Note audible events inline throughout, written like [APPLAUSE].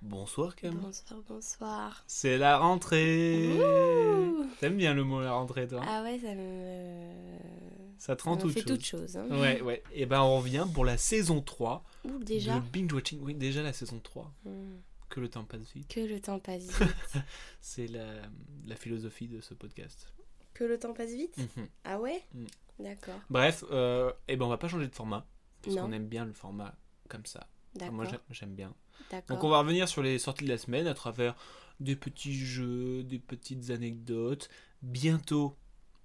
Bonsoir Cam. Bonsoir, bonsoir. C'est la rentrée. T'aimes bien le mot la rentrée toi Ah ouais, ça me... Ça te rend ça toute fait chose. toute chose. hein. Ouais, ouais. Et ben on revient pour la saison 3. Ouh, de déjà. Binge Watching, oui, déjà la saison 3. Hmm. Que le temps passe vite. Que le temps passe vite. C'est la, la philosophie de ce podcast. [LAUGHS] que le temps passe vite Mhm. Ah ouais Mm. D'accord, Bref, euh, eh ben on va pas changer de format. Parce Non. qu'on aime bien le format comme ça. Enfin, moi d'accord, j'a- j'aime bien. Donc on d'accord. va revenir sur les sorties de la semaine à travers des petits jeux, des petites anecdotes. Bientôt,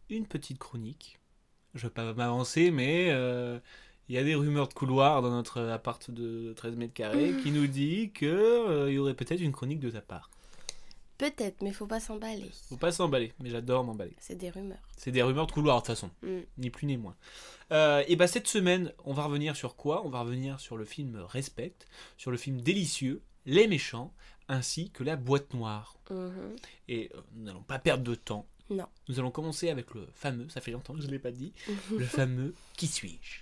une petite chronique. Je veux pas m'avancer, mais euh, il y a des rumeurs de couloir dans notre appart de 13 mètres carrés qui nous dit que euh, il y aurait peut-être une chronique de ta part. Peut-être, mais faut pas s'emballer. Faut pas s'emballer, mais j'adore m'emballer. C'est des rumeurs. C'est des rumeurs de couloir de toute façon, Mm. ni plus ni moins. Euh, et bah cette semaine, on va revenir sur quoi On va revenir sur le film Respect, sur le film délicieux, Les Méchants, ainsi que La Boîte Noire. Mhm. Et euh, nous n'allons pas perdre de temps. Non. Nous allons commencer avec le fameux, ça fait longtemps que je ne l'ai pas [LAUGHS] dit, le fameux Qui suis-je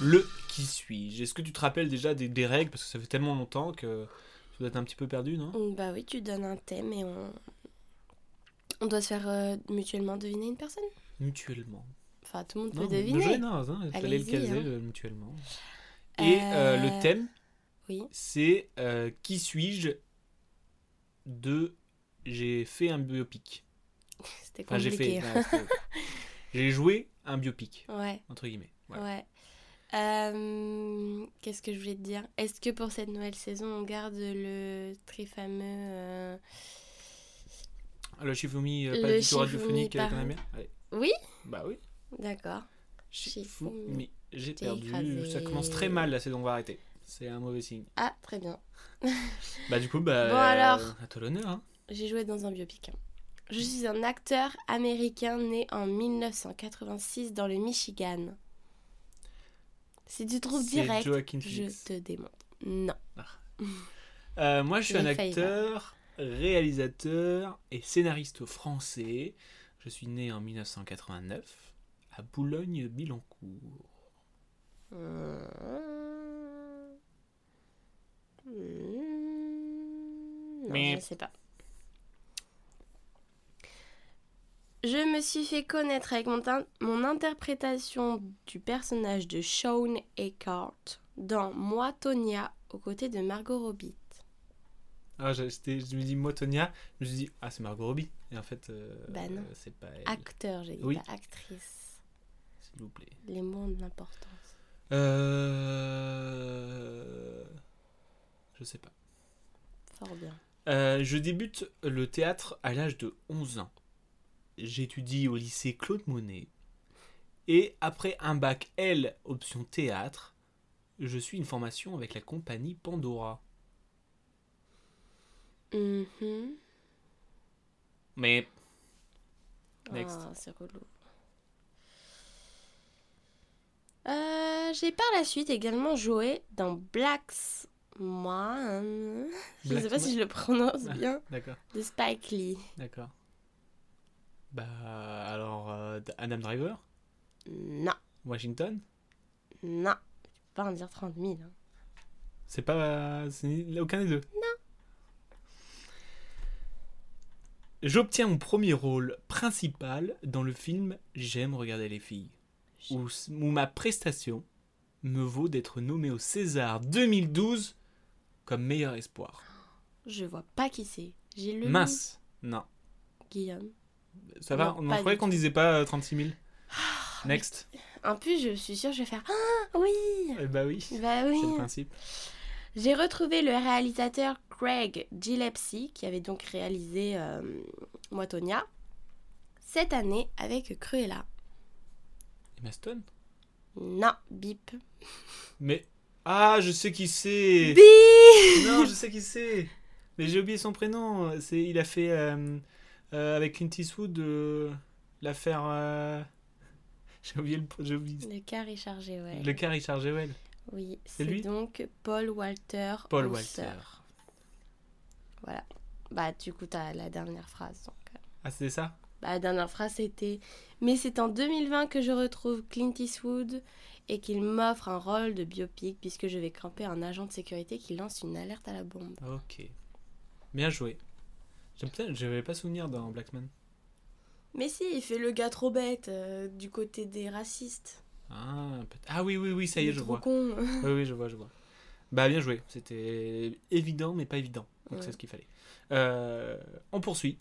Le Qui suis-je Est-ce que tu te rappelles déjà des, des règles Parce que ça fait tellement longtemps que tu dois être un petit peu perdu, non Mm, Bah oui, tu donnes un thème et on... On doit se faire euh, mutuellement deviner une personne Mutuellement. Enfin, tout le monde non, peut mais Le jeu est deviner. naze, hein, fallait le Allez-y, caser hein. le- mutuellement. Et euh, Euh, le thème, Oui. c'est euh, Qui suis-je de J'ai fait un biopic. C'était Enfin, j'ai fait. compliqué. ouais, c'était- [LAUGHS] j'ai joué un biopic, Ouais, entre guillemets. Voilà. ouais. Euh, Qu'est-ce que je voulais te dire Est-ce que pour cette nouvelle saison, on garde le très fameux... euh, Le Shifumi, euh, Le pas du tout Shifumi radiophonique avec par- un Allez. Oui Bah oui. D'accord. Shifumi. J'ai T'es perdu. écrasé. Ça commence très mal la saison, on va arrêter. C'est un mauvais signe. Ah, très bien. Bah, du coup, bah. Bon, alors. À toi l'honneur, hein. J'ai joué dans un biopic. Je suis un acteur américain né en 1986 dans le Michigan. Si tu trouves C'est direct, Joaquin je Phoenix. Ah. te démonte. Non. Euh, moi, je suis J'ai un failli, acteur, réalisateur et scénariste français. Je suis né en 1989 à Boulogne-Billancourt. Euh, Non, Mais- je ne sais pas. Je me suis fait connaître avec mon, tin- mon interprétation du personnage de Sean Eckhart dans Moi, Tonya, aux côtés de Margot Robbie. Ah, je, c'était- je me dis, moi, Tonya, je me suis dit, ah, c'est Margot Robbie. Et en fait, euh, Bah non. c'est pas elle, Acteur, j'ai dit, Oui. pas actrice. s'il vous plaît. Les mots ont de l'importance. Euh... Je sais pas. Fort bien. Euh, je débute le théâtre à l'âge de 11 ans. J'étudie au lycée Claude Monet. Et après un bac L, option théâtre, je suis une formation avec la compagnie Pandora. Mhm. Mais Next. Ah, c'est relou. Euh, j'ai par la suite également joué dans Black's Moan. Je ne sais Black pas si Swan- je le prononce Ah. bien. D'accord, De Spike Lee. d'accord. Bah alors, euh, Adam Driver Non, Washington non. Tu peux pas en dire 30 000. hein. C'est pas. C'est ni- aucun des deux Non. J'obtiens mon premier rôle principal dans le film J'aime regarder les filles, où, s- où ma prestation me vaut d'être nommé au César 2012 comme meilleur espoir. Je vois pas qui c'est. J'ai le nom, Mince Non. Guillaume. Ça va Non, On pas en du croyait qu'on tout. Ah, disait pas euh, 36 000 Next En plus, je suis sûre, je vais faire Ah oui Eh Bah [LAUGHS] oui, Bah oui c'est le principe. J'ai retrouvé le réalisateur Craig Gillespie, qui avait donc réalisé euh, Moi, Tonya, cette année avec Cruella. Emma Stone Non, bip. Mais. Ah, je sais qui c'est Bip [LAUGHS] Non, je sais qui c'est Mais j'ai oublié son prénom. C'est, il a fait euh, euh, avec Clint Eastwood euh, l'affaire. euh, [LAUGHS] J'ai oublié le. J'ai oublié. Le car est chargé, ouais. Le cas Richard Jewell. Oui, c'est lui donc Paul Walter. Paul Auster. Walter. Voilà. Bah, du coup, t'as la dernière phrase. donc. euh, Ah, c'était ça Bah, la dernière phrase, c'était Mais c'est en 2020 que je retrouve Clint Eastwood et qu'il m'offre un rôle de biopic puisque je vais camper un agent de sécurité qui lance une alerte à la bombe. Ok. Bien joué. J'aime bien- Je n'avais pas souvenir dans Blackman. Mais si, il fait le gars trop bête euh, du côté des racistes. Ah, peut- ah oui, oui, oui, ça y Il est, je trop vois. con. [LAUGHS] Oui, oui, je vois, je vois. Bah, bien joué. C'était évident, mais pas évident. Donc, Ouais. c'est ce qu'il fallait. Euh, on poursuit.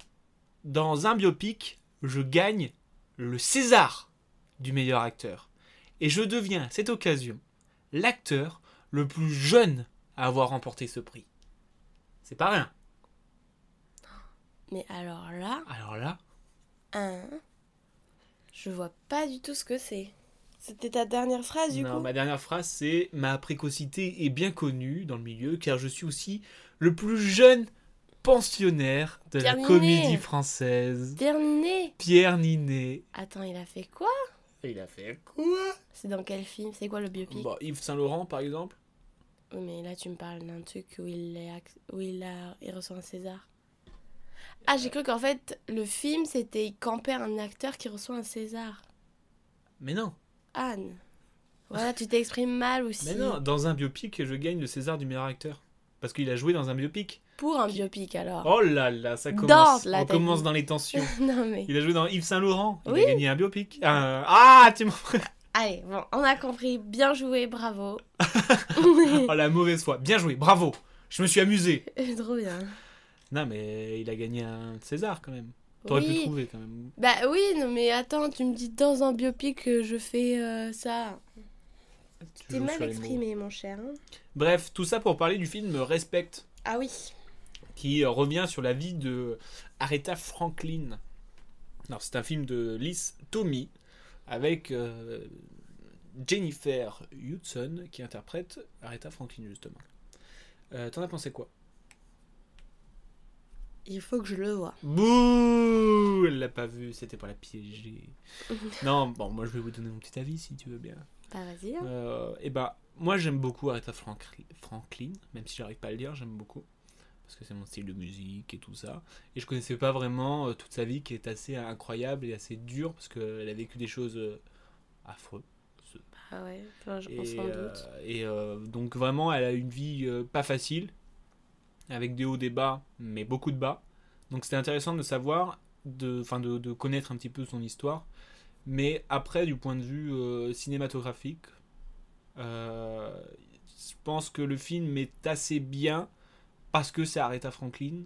Dans un biopic, je gagne le César du meilleur acteur. Et je deviens, à cette occasion, l'acteur le plus jeune à avoir remporté ce prix. C'est pas rien. Mais alors là, Alors là, hein, je vois pas du tout ce que c'est. C'était ta dernière phrase Ah, du Non, bah, coup ma dernière phrase, c'est Ma précocité est bien connue dans le milieu, car je suis aussi le plus jeune pensionnaire de Terminé. la comédie française. Terminé Pierre Ninet. Attends, il a fait quoi Il a fait quoi C'est dans quel film C'est quoi le biopic Bah, Yves Saint-Laurent, par exemple. Oui, mais là, tu me parles d'un truc où il, est ac- où il, a... il reçoit un César. Ah, Euh. j'ai cru qu'en fait, le film, c'était il campait un acteur qui reçoit un César. Mais non, Anne. Voilà, tu t'exprimes mal aussi. mais non, dans un biopic, je gagne le César du meilleur acteur. Parce qu'il a joué dans un biopic. Pour un biopic, alors. Oh là là, ça Dans commence. la on technique. commence dans les tensions. [LAUGHS] non, mais... Il a joué dans Yves Saint-Laurent. Il Oui. a gagné un biopic. Un- Ah, tu m'en Allez, bon, on a compris. Bien [LAUGHS] joué, bravo. [LAUGHS] Oh la mauvaise foi. Bien joué, bravo. Je me suis amusé. Trop bien. Non, mais il a gagné un César quand même. T'aurais pu Oui. trouver quand même. Bah oui, non, mais attends, tu me dis dans un biopic que je fais euh, ça. Tu T'es joues mal sur les mots. exprimé, mon cher. hein. Bref, tout ça pour parler du film Respect, Ah oui. qui euh, revient sur la vie de Aretha Franklin. Alors, c'est un film de Liz Tommy avec euh, Jennifer Hudson qui interprète Aretha Franklin justement. Euh, T'en as pensé quoi Il faut que je le vois. Bouh Elle l'a pas vu, c'était pour la piéger. non, bon, moi je vais vous donner mon petit avis si tu veux bien. Bah vas-y. hein. et ben, moi j'aime beaucoup Aretha Frankl- Franklin, même si j'arrive pas à le dire, j'aime beaucoup. Parce que c'est mon style de musique et tout ça. Et je connaissais pas vraiment euh, toute sa vie qui est assez incroyable et assez dure, parce qu'elle a vécu des choses euh, affreuses. Ah ouais, enfin, je- on Et, s'en euh, doute. et, euh, donc vraiment, elle a une vie euh, pas facile, avec des hauts, des bas, mais beaucoup de bas. Donc c'était intéressant de savoir, de, 'fin, de, de connaître un petit peu son histoire. Mais après, du point de vue euh, cinématographique, euh, je pense que le film est assez bien parce que c'est Aretha Franklin.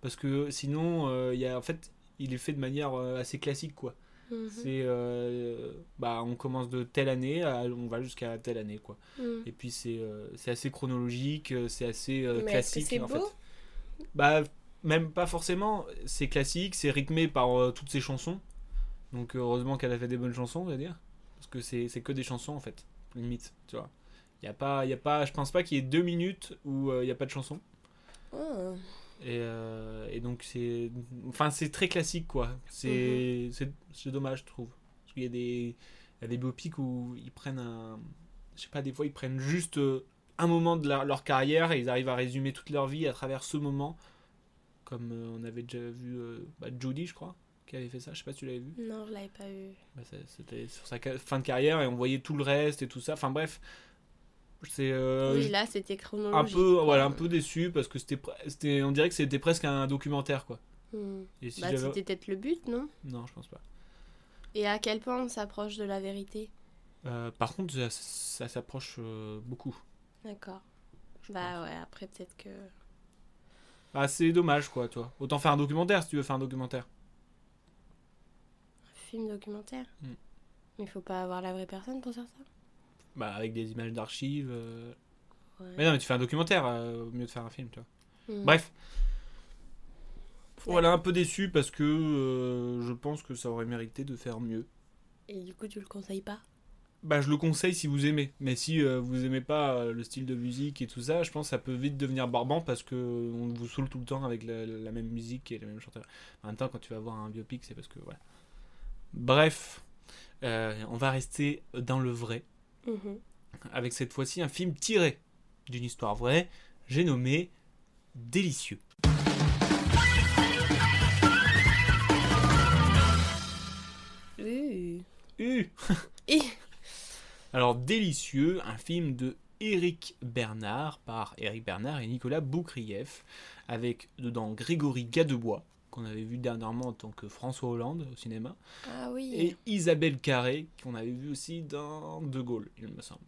Parce que sinon, euh, il y a, en fait, il est fait de manière euh, assez classique, quoi. Mhm. C'est euh, bah on commence de telle année, à- on va jusqu'à telle année quoi. Mhm. Et puis c'est euh, c'est assez chronologique, euh, c'est assez euh, Mais est-ce que classique c'est en beau fait. Bah même pas forcément, c'est classique, c'est rythmé par euh, toutes ses chansons. Donc euh, heureusement qu'elle a fait des bonnes chansons, on va dire parce que c'est c'est que des chansons en fait, limite, tu vois. Il y a pas il y a pas je pense pas qu'il y ait deux minutes où euh, il y a pas de chanson. Ah. Et, euh, et donc c'est enfin c'est très classique quoi. Mhm. C'est c'est- c'est dommage je trouve. Parce qu'il y a des il y a des biopics où ils prennent un je sais pas des fois ils prennent juste euh, un moment de la- leur carrière et ils arrivent à résumer toute leur vie à travers ce moment. Comme euh, on avait déjà vu euh, bah, Jodie je crois qui avait fait ça, je sais pas si tu l'avais vu. Non, je l'avais pas eu. Bah, ça- C'était sur sa ca- fin de carrière et on voyait tout le reste et tout ça. Enfin bref, c'est euh, oui, là, c'était un chronologique. peu quoi. voilà un peu déçu parce que c'était pre- c'était on dirait que c'était presque un documentaire quoi. Mhm. Et si Bah, j'avais- c'était peut-être le but, non Non, je pense pas. Et à quel point on s'approche de la vérité Euh, par contre, ça, ça s'approche euh, beaucoup. D'accord. je pense. Bah ouais, après, peut-être que. Bah, c'est dommage, quoi, toi. Autant faire un documentaire si tu veux faire un documentaire. Un film documentaire. Mhm. Mais faut pas avoir la vraie personne pour faire ça. Bah, avec des images d'archives. euh. Ouais. Mais non, mais tu fais un documentaire euh, au mieux de faire un film, tu vois. Mhm. Bref. Voilà, un peu déçu parce que euh, je pense que ça aurait mérité de faire mieux. Et du coup, tu le conseilles pas bah, je le conseille si vous aimez. Mais si euh, vous aimez pas euh, le style de musique et tout ça, je pense que ça peut vite devenir barbant parce que on vous saoule tout le temps avec la, la même musique et les mêmes chanteurs. En même temps, quand tu vas voir un biopic, c'est parce que voilà. Bref, euh, on va rester dans le vrai Mhm. avec cette fois-ci un film tiré d'une histoire vraie. J'ai nommé Délicieux. Euh. Uh Ih. Alors, Délicieux, un film de Éric Bernard, par Éric Bernard et Nicolas Boukrieff, avec dedans Grégory Gadebois, qu'on avait vu dernièrement en tant que François Hollande au cinéma, Ah oui. et Isabelle Carré, qu'on avait vu aussi dans De Gaulle, il me semble.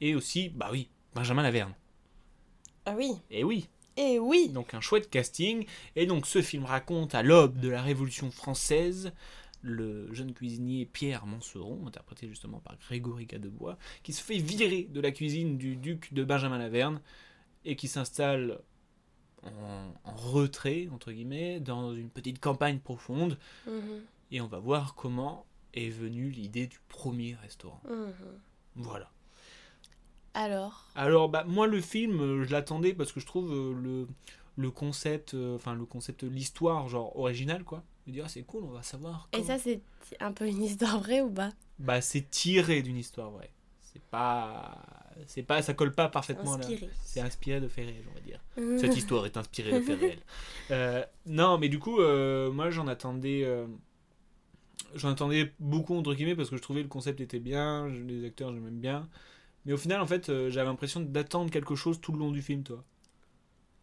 Et aussi, bah oui, Benjamin Laverne. Ah oui. Et oui, Et oui. donc un chouette casting. Et donc ce film raconte à l'aube de la Révolution française le jeune cuisinier Pierre Monceron, interprété justement par Grégory Gadebois, qui se fait virer de la cuisine du duc de Benjamin Laverne et qui s'installe en, en retrait, entre guillemets, dans une petite campagne profonde. Mhm, Et on va voir comment est venue l'idée du premier restaurant. mhm. Voilà. Alors. Alors bah moi le film euh, je l'attendais parce que je trouve euh, le le concept euh, enfin le concept l'histoire genre originale quoi. Je me dis ah c'est cool on va savoir. Et comment- ça c'est un peu une histoire vraie ou pas Bah c'est tiré d'une histoire vraie. C'est pas c'est pas ça colle pas parfaitement à la- Inspiré. C'est inspiré de faits réels on va dire. Cette histoire est inspirée de faits réels. Euh, non mais du coup euh, moi j'en attendais euh, j'en attendais beaucoup entre guillemets parce que je trouvais le concept était bien, je- les acteurs je les aime bien. Mais au final, en fait, euh, j'avais l'impression d'attendre quelque chose tout le long du film, toi.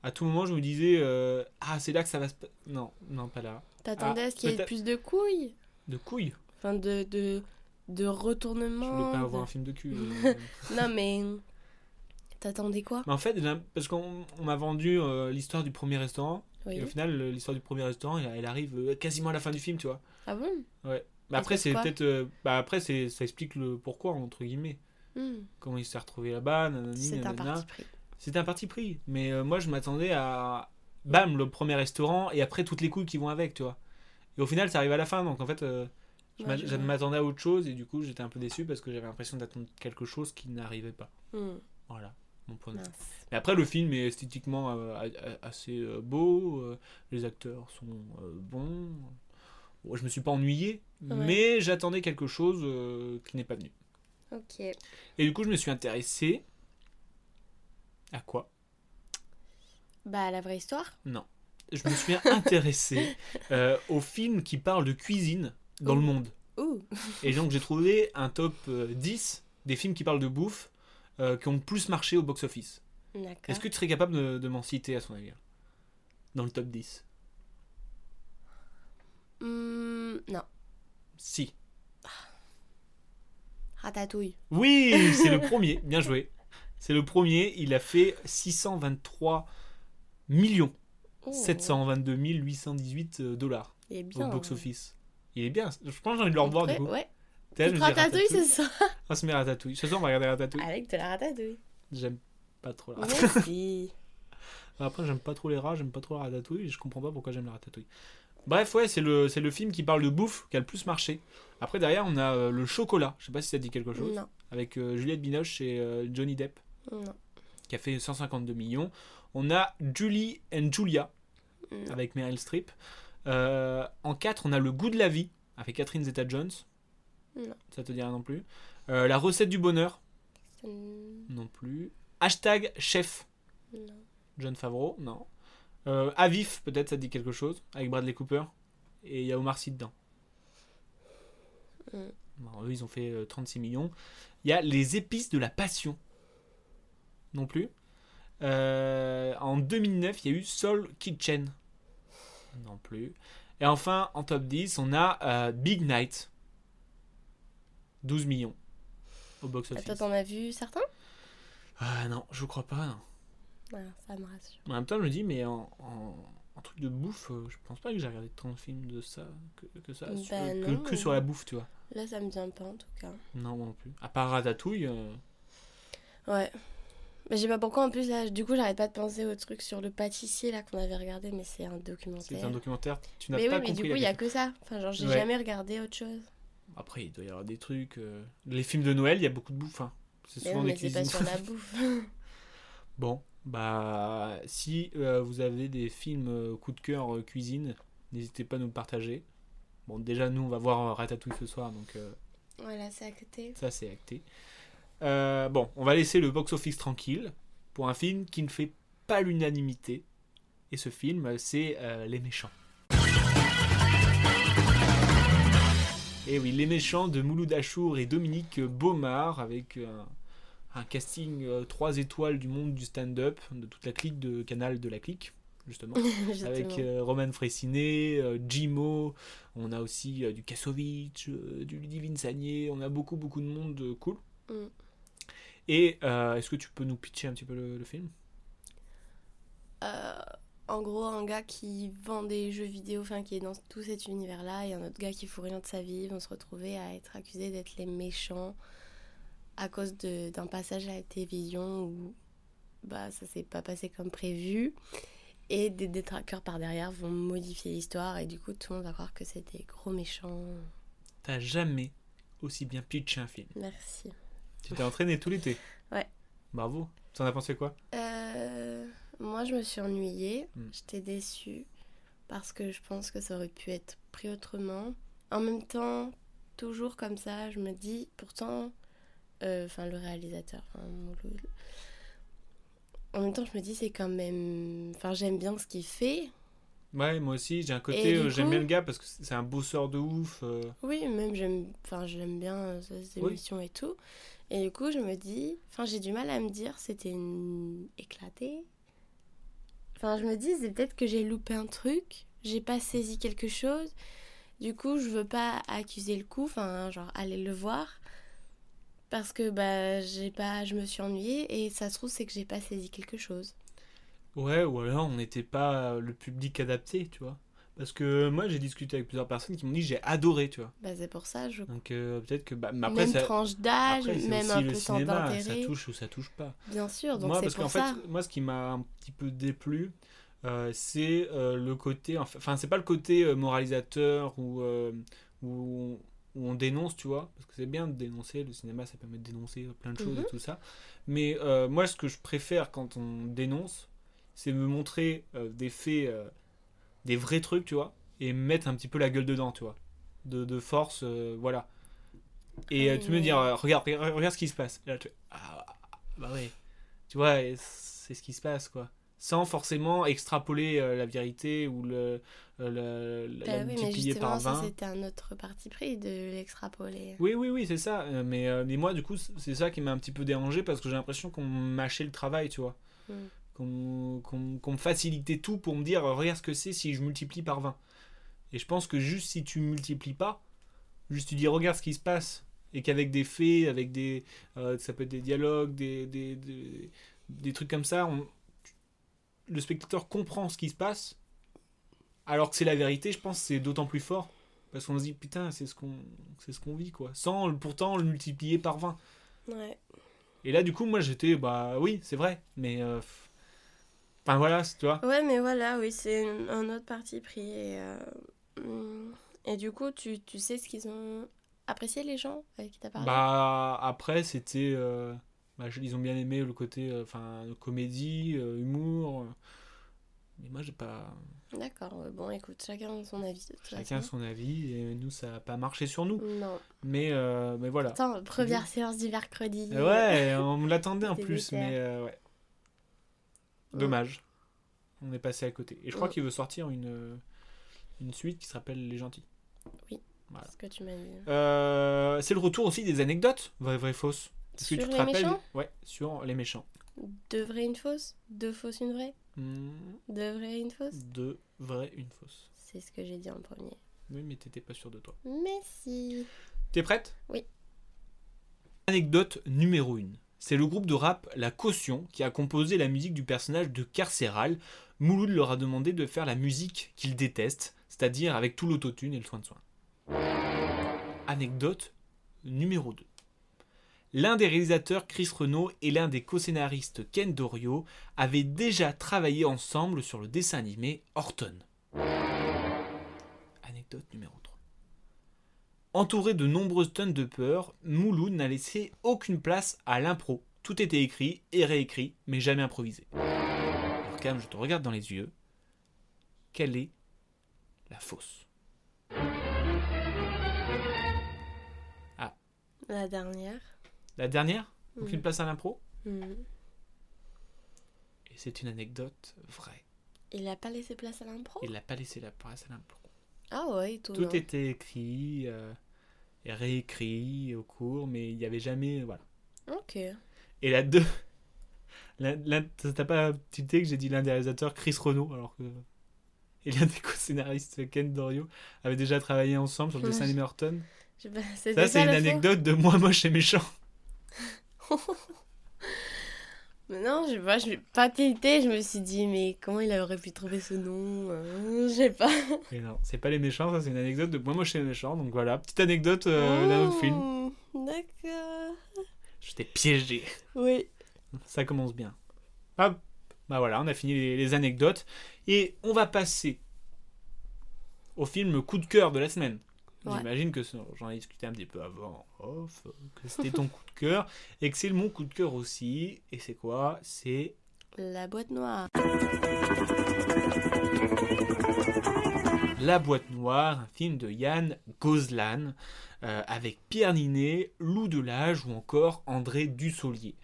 À tout moment, je me disais, euh, ah, c'est là que ça va se. pa- Non, non, pas là. [LAUGHS] T'attendais à ce qu'il y ait Ah, peut-être- plus de couilles De couilles Enfin de de de Je retournement. voulais pas de- avoir un film de cul. euh. Non mais t'attendais quoi Mais en fait, j'ai l'im- parce qu'on on m'a vendu euh, l'histoire du premier restaurant, Oui. et au final, euh, l'histoire du premier restaurant, elle, elle arrive euh, quasiment à la fin du film, tu vois. Ah bon Bah, Elle après, se c'est passe quoi peut-être. euh, bah, après, c'est- ça explique le pourquoi, entre guillemets. Hmm, Comment il s'est retrouvé là-bas, nanani, C'est un nanana. parti pris. C'était un parti pris. Mais euh, moi, je m'attendais à. Bam, le premier restaurant, et après toutes les couilles qui vont avec, tu vois. Et au final, ça arrive à la fin, donc en fait, euh, je Ouais, m'a- je je vois. m'attendais à autre chose, et du coup, j'étais un peu déçu parce que j'avais l'impression d'attendre quelque chose qui n'arrivait pas. Hmm, Voilà, mon point de vue. mince. Mais après, le film est esthétiquement euh, a- a- assez euh, beau, euh, les acteurs sont euh, bons. Bon, je me suis pas ennuyé, Ouais. mais j'attendais quelque chose euh, qui n'est pas venu. Ok. Et du coup, je me suis intéressé. À quoi Bah la vraie histoire. je me suis intéressé euh, aux films qui parlent de cuisine dans le monde. Ouh. Et donc j'ai trouvé un top euh, 10 des films qui parlent de bouffe euh, qui ont le plus marché au box-office. D'accord. Est-ce que tu serais capable de, de m'en citer à son avis Dans le top 10 Hmm, non. Si. Ratatouille. Oui, c'est le premier. Bien joué. C'est le premier. Il a fait 623 millions. Oh, 722 818 euh, dollars Il est au bien. box-office. Il est bien. Je pense que j'ai envie de le revoir du Ouais, coup. Ouais. T'es là, je Ah, Petite me dis, ratatouille c'est ça. On se met à Ratatouille. Ce soir, on va regarder Ratatouille. Avec de [LAUGHS] la ratatouille. J'aime pas trop la ratatouille. Merci. Après, j'aime pas trop les rats, j'aime pas trop la ratatouille, et je comprends pas pourquoi j'aime la ratatouille. Bref, ouais, c'est le, c'est le film qui parle de bouffe qui a le plus marché. Après, derrière, on a euh, le chocolat, je sais pas si ça te dit quelque chose, Non, avec euh, Juliette Binoche et euh, Johnny Depp, non, qui a fait 152 millions. On a Julie and Julia, non. avec Meryl Streep. Euh, en 4, on a Le goût de la vie, avec Catherine Zeta-Jones. Non. Ça te dit rien non plus. Euh, la recette du bonheur, ça n- non plus. Hashtag chef, non. John Favreau, non. Euh, Avif, peut-être, ça te dit quelque chose, avec Bradley Cooper. Et il y a Omar Sy dedans. Mm. Bon, eux, ils ont fait euh, 36 millions. Il y a Les épices de la passion. Non plus. Euh, en 2009, il y a eu Soul Kitchen. Non plus. Et enfin, en top 10, on a euh, Big Night. 12 millions au Toi, box-office. t'en as vu certains Ah non, je crois pas. non. Ah, Ça me rassure. En même temps, je me dis, mais en, en, en truc de bouffe, euh, je pense pas que j'ai regardé tant de films de ça, que, que ça, Bah sur- que, non. que sur la bouffe, tu vois. Là, ça me vient pas en tout cas. Non, moi non plus. À part Ratatouille, euh, Ouais. Mais je sais pas pourquoi en plus là, du coup, j'arrête pas de penser au truc sur le pâtissier là qu'on avait regardé, mais c'est un c'est documentaire. un documentaire, tu n'as mais oui, pas mais compris. du coup, la il y a question. que ça. Enfin, genre, j'ai Ouais. jamais regardé autre chose. Après, il doit y avoir des trucs. euh, Les films de Noël, il y a beaucoup de bouffe. hein. C'est Mais souvent non, des mais c'est pas cuisines. sur la bouffe. [LAUGHS] [LAUGHS] Bon, bah si euh, vous avez des films euh, coup de cœur euh, cuisine, n'hésitez pas à nous le partager. Bon, déjà nous on va voir euh, Ratatouille ce soir, donc euh, voilà, c'est à côté. [LAUGHS] ça c'est acté. Euh, bon, on va laisser le box-office tranquille pour un film qui ne fait pas l'unanimité. Et ce film, euh, c'est euh, Les Méchants. Et Eh oui, Les Méchants de Mouloud Achour et Dominique Baumard avec un, un casting 3 étoiles du monde du stand-up, de toute la clique de Canal de la clique, justement Justement. avec euh, Roman Frécinet, euh, Jimo, on a aussi euh, du Kassovitch, euh, du Ludivine Sagné, on a beaucoup beaucoup de monde euh, cool. Mm. Et euh, est-ce que tu peux nous pitcher un petit peu le, le film Euh, en gros, un gars qui vend des jeux vidéo, enfin qui est dans tout cet univers-là, et un autre gars qui fout rien de sa vie, vont se retrouver à être accusés d'être les méchants à cause de- d'un passage à la télévision où bah, ça s'est pas passé comme prévu. Et des détraqueurs par derrière vont modifier l'histoire, et du coup, tout le monde va croire que c'est des gros méchants. T'as jamais aussi bien pitché un film. Merci. Tu t'es entraîné tout l'été. Ouais. Bravo. T'en as pensé quoi Euh, moi, je me suis ennuyée. Mm. J'étais déçue parce que je pense que ça aurait pu être pris autrement. En même temps, toujours comme ça, je me dis, pourtant, euh, enfin, le réalisateur, enfin, Mouloud, en même temps, je me dis, c'est quand même. Enfin, j'aime bien ce qu'il fait. Ouais, moi aussi, j'ai un Et côté, du euh, j'aime bien coup- le gars parce que c'est un bosseur de ouf. euh, Oui, même j'aime enfin, j'aime bien euh, ses Oui. émissions et tout. Et du coup, je me dis, enfin, j'ai du mal à me dire, c'était une éclatée. Enfin, je me dis, c'est peut-être que j'ai loupé un truc, j'ai pas saisi quelque chose. Du coup, je veux pas accuser le coup, enfin, genre, aller le voir. Parce que, bah, j'ai pas, je me suis ennuyée et ça se trouve, c'est que j'ai pas saisi quelque chose. Ouais, ou alors on n'était pas euh, le public adapté, tu vois. Parce que euh, moi, j'ai discuté avec plusieurs personnes qui m'ont dit j'ai adoré, tu vois. Bah, c'est pour ça, je. Donc euh, peut-être que bah, mais après même ça tranche d'âge, après, c'est même aussi un le peu sans cinéma, ça d'intérêt. touche ou ça touche pas. Bien sûr, donc moi c'est parce pour qu'en ça. fait moi ce qui m'a un petit peu déplu euh, c'est euh, le côté enf- enfin c'est pas le côté euh, moralisateur ou euh, où, on- où on dénonce, tu vois, parce que c'est bien de dénoncer, le cinéma ça permet de dénoncer plein de choses Mhm. et tout ça. Mais euh, moi ce que je préfère quand on dénonce, c'est me montrer euh, des faits, euh, des vrais trucs, tu vois, et mettre un petit peu la gueule dedans, tu vois, de, de force, euh, voilà. Et euh, tu me Ouais. dire, euh, regarde, regarde, regarde ce qui se passe. Et là, tu fais, ah, bah ouais, tu vois, et c'est ce qui se passe, quoi. Sans forcément extrapoler euh, la vérité ou le, euh, le- la, Bah la oui, mais multiplier justement, par ça 20. c'était un autre parti pris de l'extrapoler. Oui, oui, oui, c'est ça. Euh, Mais, euh, mais moi, du coup, c'est ça qui m'a un petit peu dérangé parce que j'ai l'impression qu'on mâchait le travail, tu vois. Mm. Qu'on qu'on- qu'on me facilitait tout pour me dire, euh, regarde ce que c'est si je multiplie par 20. Et je pense que juste si tu multiplies pas, juste tu dis, regarde ce qui se passe. Et qu'avec des faits, avec des. euh, ça peut être des dialogues, des, des, des, des trucs comme ça, on- tu- le spectateur comprend ce qui se passe. Alors que c'est la vérité, je pense que c'est d'autant plus fort. Parce qu'on se dit, putain, c'est ce qu'on c'est ce qu'on vit, quoi. Sans le- pourtant le multiplier par 20. Ouais. Et là, du coup, moi, j'étais, bah oui, c'est vrai, mais. euh, f- Enfin, voilà, c'est- tu vois. ouais, mais voilà, oui, c'est un autre parti pris. Et, euh, mm, et du coup, tu, tu sais ce qu'ils ont apprécié les gens avec qui t'as parlé Bah, après, c'était. euh, bah, je- ils ont bien aimé le côté, euh, enfin, comédie, euh, humour. euh. Mais moi, j'ai pas. D'accord, ouais, bon, écoute, chacun son avis. de toute Chacun façon. son avis, et nous, ça a pas marché sur nous. Non. Mais, euh, mais voilà. Attends, première séance du mercredi. Euh, [LAUGHS] Ouais, on me l'attendait en C'était plus, déter. mais euh, ouais. Ouais. Dommage. On est passé à côté. Et je crois Ouais. qu'il veut sortir une, euh, une suite qui s'appelle Les Gentils. C'est ce que tu m'as dit. Euh, c'est le retour aussi des anecdotes, vraies, vraies, fausses. Est-ce que Sur tu te les rappelles méchants Ouais, sur les méchants. Deux vraies, une fausse Deux fausses, une vraie Hmm, Deux vraies, une fausse Deux vraies, une fausse. C'est ce que j'ai dit en premier. Oui, mais t'étais pas sûr de toi. Mais si T'es prête Oui. Anecdote numéro 1. C'est le groupe de rap La Caution qui a composé la musique du personnage de Carcéral. Mouloud leur a demandé de faire la musique qu'il déteste, c'est-à-dire avec tout l'autotune et le soin de soin. Anecdote numéro 2. L'un des réalisateurs, Chris Renault, et l'un des co-scénaristes, Ken Dorio, avaient déjà travaillé ensemble sur le dessin animé Horton. Anecdote numéro 3. Entouré de nombreuses tonnes de peur, Mouloud n'a laissé aucune place à l'impro. Tout était écrit et réécrit, mais jamais improvisé. Alors Cam, je te regarde dans les yeux. Quelle est la fausse La dernière. La dernière Aucune Mhm. place à l'impro Mhm. Et c'est une anecdote vraie. Il a pas laissé place à l'impro Il n'a pas laissé la place à l'impro. Ah ouais, étonnant. Tout était écrit euh, et réécrit au cours, mais il n'y avait jamais... Voilà. Ok. Et la deux. la- la- T'as pas tilté que j'ai dit l'un des réalisateurs, Chris Renault, alors que. Et l'un des co-scénaristes, Ken Dorio, avait déjà travaillé ensemble sur le dessin Ouais. animé Horton. Je sais pas, c'était Ça, c'est ça, une la anecdote de moins moche et méchant. [LAUGHS] faute Mais non, je sais pas, je suis pas tiltée. Je me suis dit, mais comment il aurait pu trouver ce nom euh, Je sais pas. Mais non, c'est pas les méchants, ça, c'est une anecdote de moins moche et méchant. Donc voilà, petite anecdote euh, d'un autre film. Oh, D'accord. Je t'ai piégé. Oui. Ça commence bien. Hop, bah voilà, on a fini les, les anecdotes. Et on va passer au film coup de cœur de la semaine. Ouais. J'imagine que ce- j'en ai discuté un petit peu avant, en off, que c'était ton [LAUGHS] coup de cœur et que c'est mon coup de cœur aussi. Et c'est quoi C'est La boîte noire. La boîte noire, un film de Yann Gozlan euh, avec Pierre Ninet, Lou Delage ou encore André Dussolier.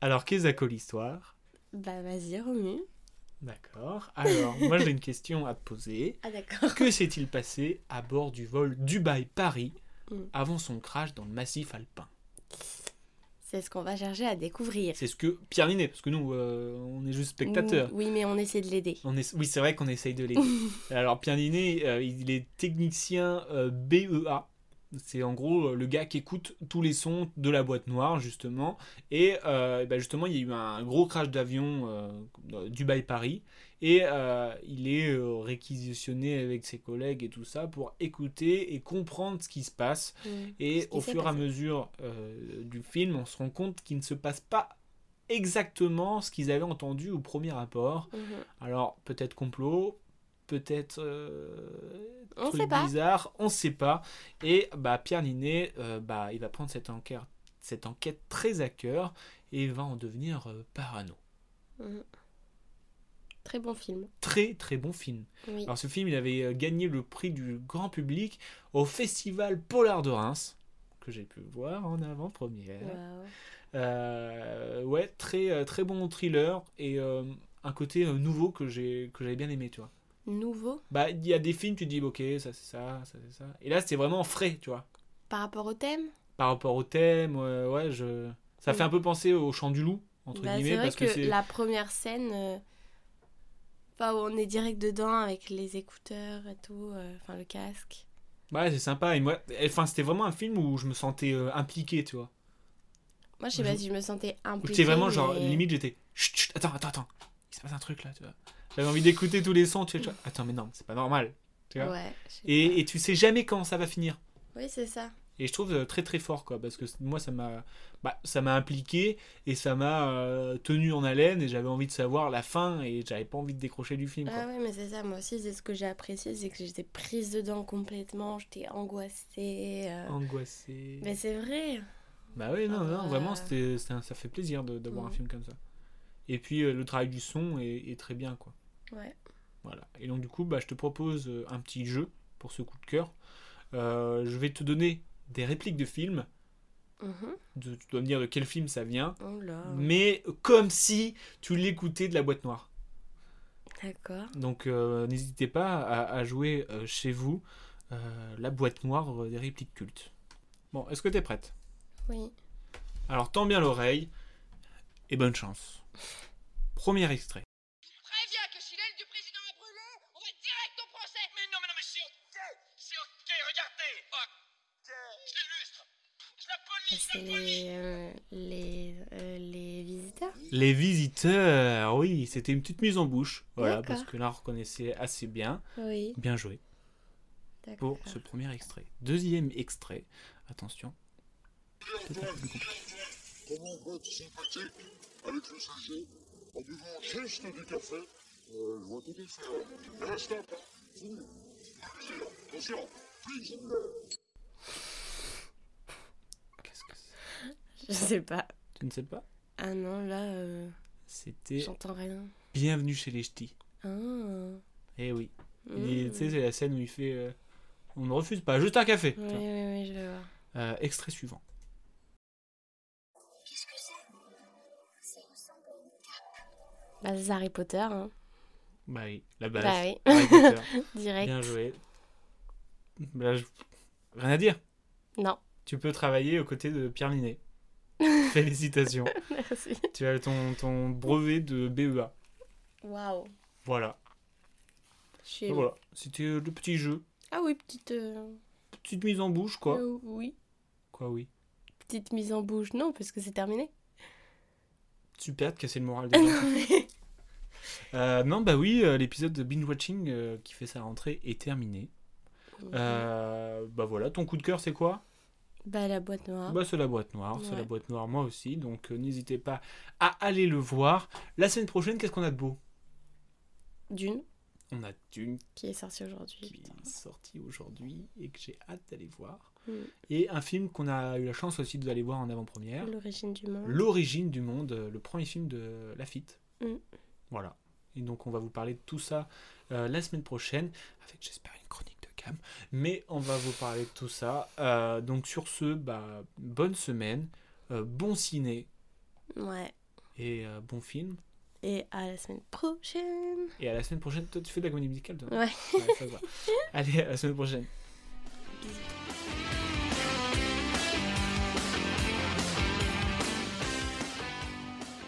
Alors, qu'est-ce que l'histoire Bah vas-y, remue. D'accord. Alors, moi j'ai une question à te poser. Ah d'accord. Que s'est-il passé à bord du vol Dubaï-Paris Mm. avant son crash dans le massif alpin C'est ce qu'on va chercher à découvrir. C'est ce que Pierre Ninet, parce que nous, euh, on est juste spectateurs. Oui, mais on essaie de l'aider. On est- oui, c'est vrai qu'on essaye de l'aider. Alors, Pierre Ninet, euh, il est technicien euh, BEA. C'est en gros euh, le gars qui écoute tous les sons de la boîte noire, justement. Et euh, ben, justement, il y a eu un gros crash d'avion euh, Dubaï-Paris. Et euh, il est euh, réquisitionné avec ses collègues et tout ça pour écouter et comprendre ce qui se passe. Mm. Ce Et qui au s'est fur et à passé. mesure euh, du film, on se rend compte qu'il ne se passe pas exactement ce qu'ils avaient entendu au premier rapport. Mhm. Alors, peut-être complot, peut-être euh, On truc sait pas. bizarre, on ne sait pas. Et bah, Pierre Ninet, euh, bah, il va prendre cette enquête, cette enquête très à cœur et va en devenir euh, parano. Mhm. Très bon film. Très très bon film. Oui. Alors ce film, il avait euh, gagné le prix du grand public au Festival Polar de Reims, que j'ai pu voir en avant-première. Waouh. Euh, ouais, très, euh, très bon thriller et euh, un côté euh, nouveau que j'ai que j'avais bien aimé, tu vois. Nouveau Bah, il y a des films, tu te dis, ok, ça c'est ça, ça c'est ça. Et là, c'est vraiment frais, tu vois. par rapport au thème. Par rapport au thème, ouais, ouais, je... ça fait Oui. un peu penser au Chant du Loup, entre Bah, c'est guillemets, vrai parce que, que, c'est. la première scène, euh, enfin, où on est direct dedans avec les écouteurs et tout, euh, enfin le casque. Ouais, bah, c'est sympa. Et moi, enfin, c'était vraiment un film où je me sentais euh, impliqué, tu vois. Moi, je sais Je- pas si je me sentais Où impliquée. j'étais vraiment genre, mais- limite, j'étais. Chut, chut, attends, attends, attends. Il se passe un truc là, tu vois. J'avais envie d'écouter tous les sons, tu sais, tu vois. Attends, mais non, c'est pas normal. tu vois. Ouais. je sais Et, et tu sais jamais quand ça va finir. pas. Oui, c'est ça. Et je trouve euh, très très fort quoi, parce que c- moi ça m'a bah, ça m'a impliqué et ça m'a euh, tenu en haleine et j'avais envie de savoir la fin et j'avais pas envie de décrocher du film. Ah Quoi. ouais, mais c'est ça. Moi aussi, c'est ce que j'ai apprécié, c'est que j'étais prise dedans complètement, j'étais angoissée. euh. Oh. Angoissé. Mais c'est vrai. Bah oui non non Ah. vraiment c'était c'était un- ça fait plaisir de- d'avoir un Mhm. film comme ça. Et puis euh, le travail du son est, est très bien quoi. Ouais. Voilà. Et donc du coup bah je te propose euh, un petit jeu pour ce coup de cœur. Euh, je vais te donner des répliques de films. Mhm. De- tu dois me dire de quel film ça vient. Oh là. Mais comme si tu l'écoutais de la boîte noire. D'accord. Donc euh, n'hésitez pas à, à jouer euh, chez vous euh, la boîte noire euh, des répliques cultes. Bon, est-ce que t'es prête Oui. Alors tends bien l'oreille et bonne chance. Premier extrait. Préviens que si l'aile du président est brûlée, on va direct au procès Mais non, mais non, mais c'est ok C'est ok, regardez Ok Je Ça, Bah, l'illustre Je la police, C'est les, euh, les, euh, les visiteurs. Les visiteurs, oui, c'était une petite mise en bouche. Voilà, D'accord. parce que là on reconnaissait assez bien. Oui. Bien joué D'accord. pour ce premier extrait. Deuxième extrait. Attention. Comment on vote sympathique avec le CG en buvant juste du café euh, Je vois tout à fait. hein. Et là, stop. hein. Fini. Plaisir. Attention. Prise. Je sais pas. Tu ne sais pas Ah non, là, euh, C'était j'entends rien. Bienvenue chez les Ch'tis. Ah. Eh oui. Et Mm. Tu sais, c'est la scène où il fait. euh, on ne refuse pas, juste un café. Oui, oui, oui, je vais voir. Euh, extrait suivant. Bah, c'est Harry Potter, hein. Bah oui, la base. Bah oui. Harry [LAUGHS] Potter. Direct. Bien joué. Là, je- Rien à dire. Non, Tu peux travailler aux côtés de Pierre Linet. [LAUGHS] Félicitations. merci. tu as ton, ton brevet de BEA. Waouh. Voilà. Je suis... Voilà. C'était euh, le petit jeu. Ah oui, petite. euh, Petite mise en bouche, quoi. euh, oui. Quoi, oui. Petite mise en bouche, non, parce que c'est terminé. [LAUGHS] Super de casser le moral Ah des [LAUGHS] gens. non, mais. Euh, non, bah oui, euh, l'épisode de Binge Watching euh, qui fait sa rentrée est terminé. Euh, bah voilà, ton coup de cœur c'est quoi Bah, la boîte noire. Bah c'est la boîte noire, c'est la Ouais. boîte noire moi aussi, donc euh, n'hésitez pas à aller le voir. La semaine prochaine, qu'est-ce qu'on a de beau Dune, On a Dune qui est sortie aujourd'hui. qui putain. est sortie aujourd'hui et que j'ai hâte d'aller voir. Mm. Et un film qu'on a eu la chance aussi d'aller voir en avant-première, L'origine du monde. L'origine du monde, euh, le premier film de Lafitte. Mm. Voilà. Et donc on va vous parler de tout ça euh, la semaine prochaine, avec j'espère une chronique de Cam. Mais on va vous parler de tout ça. Euh, donc sur ce, bah, bonne semaine, euh, bon ciné Ouais. et euh, bon film. Et à la semaine prochaine. Et à la semaine prochaine, toi tu fais de la comédie musicale toi Ouais. Ouais, ça se voit. Allez, à la semaine prochaine.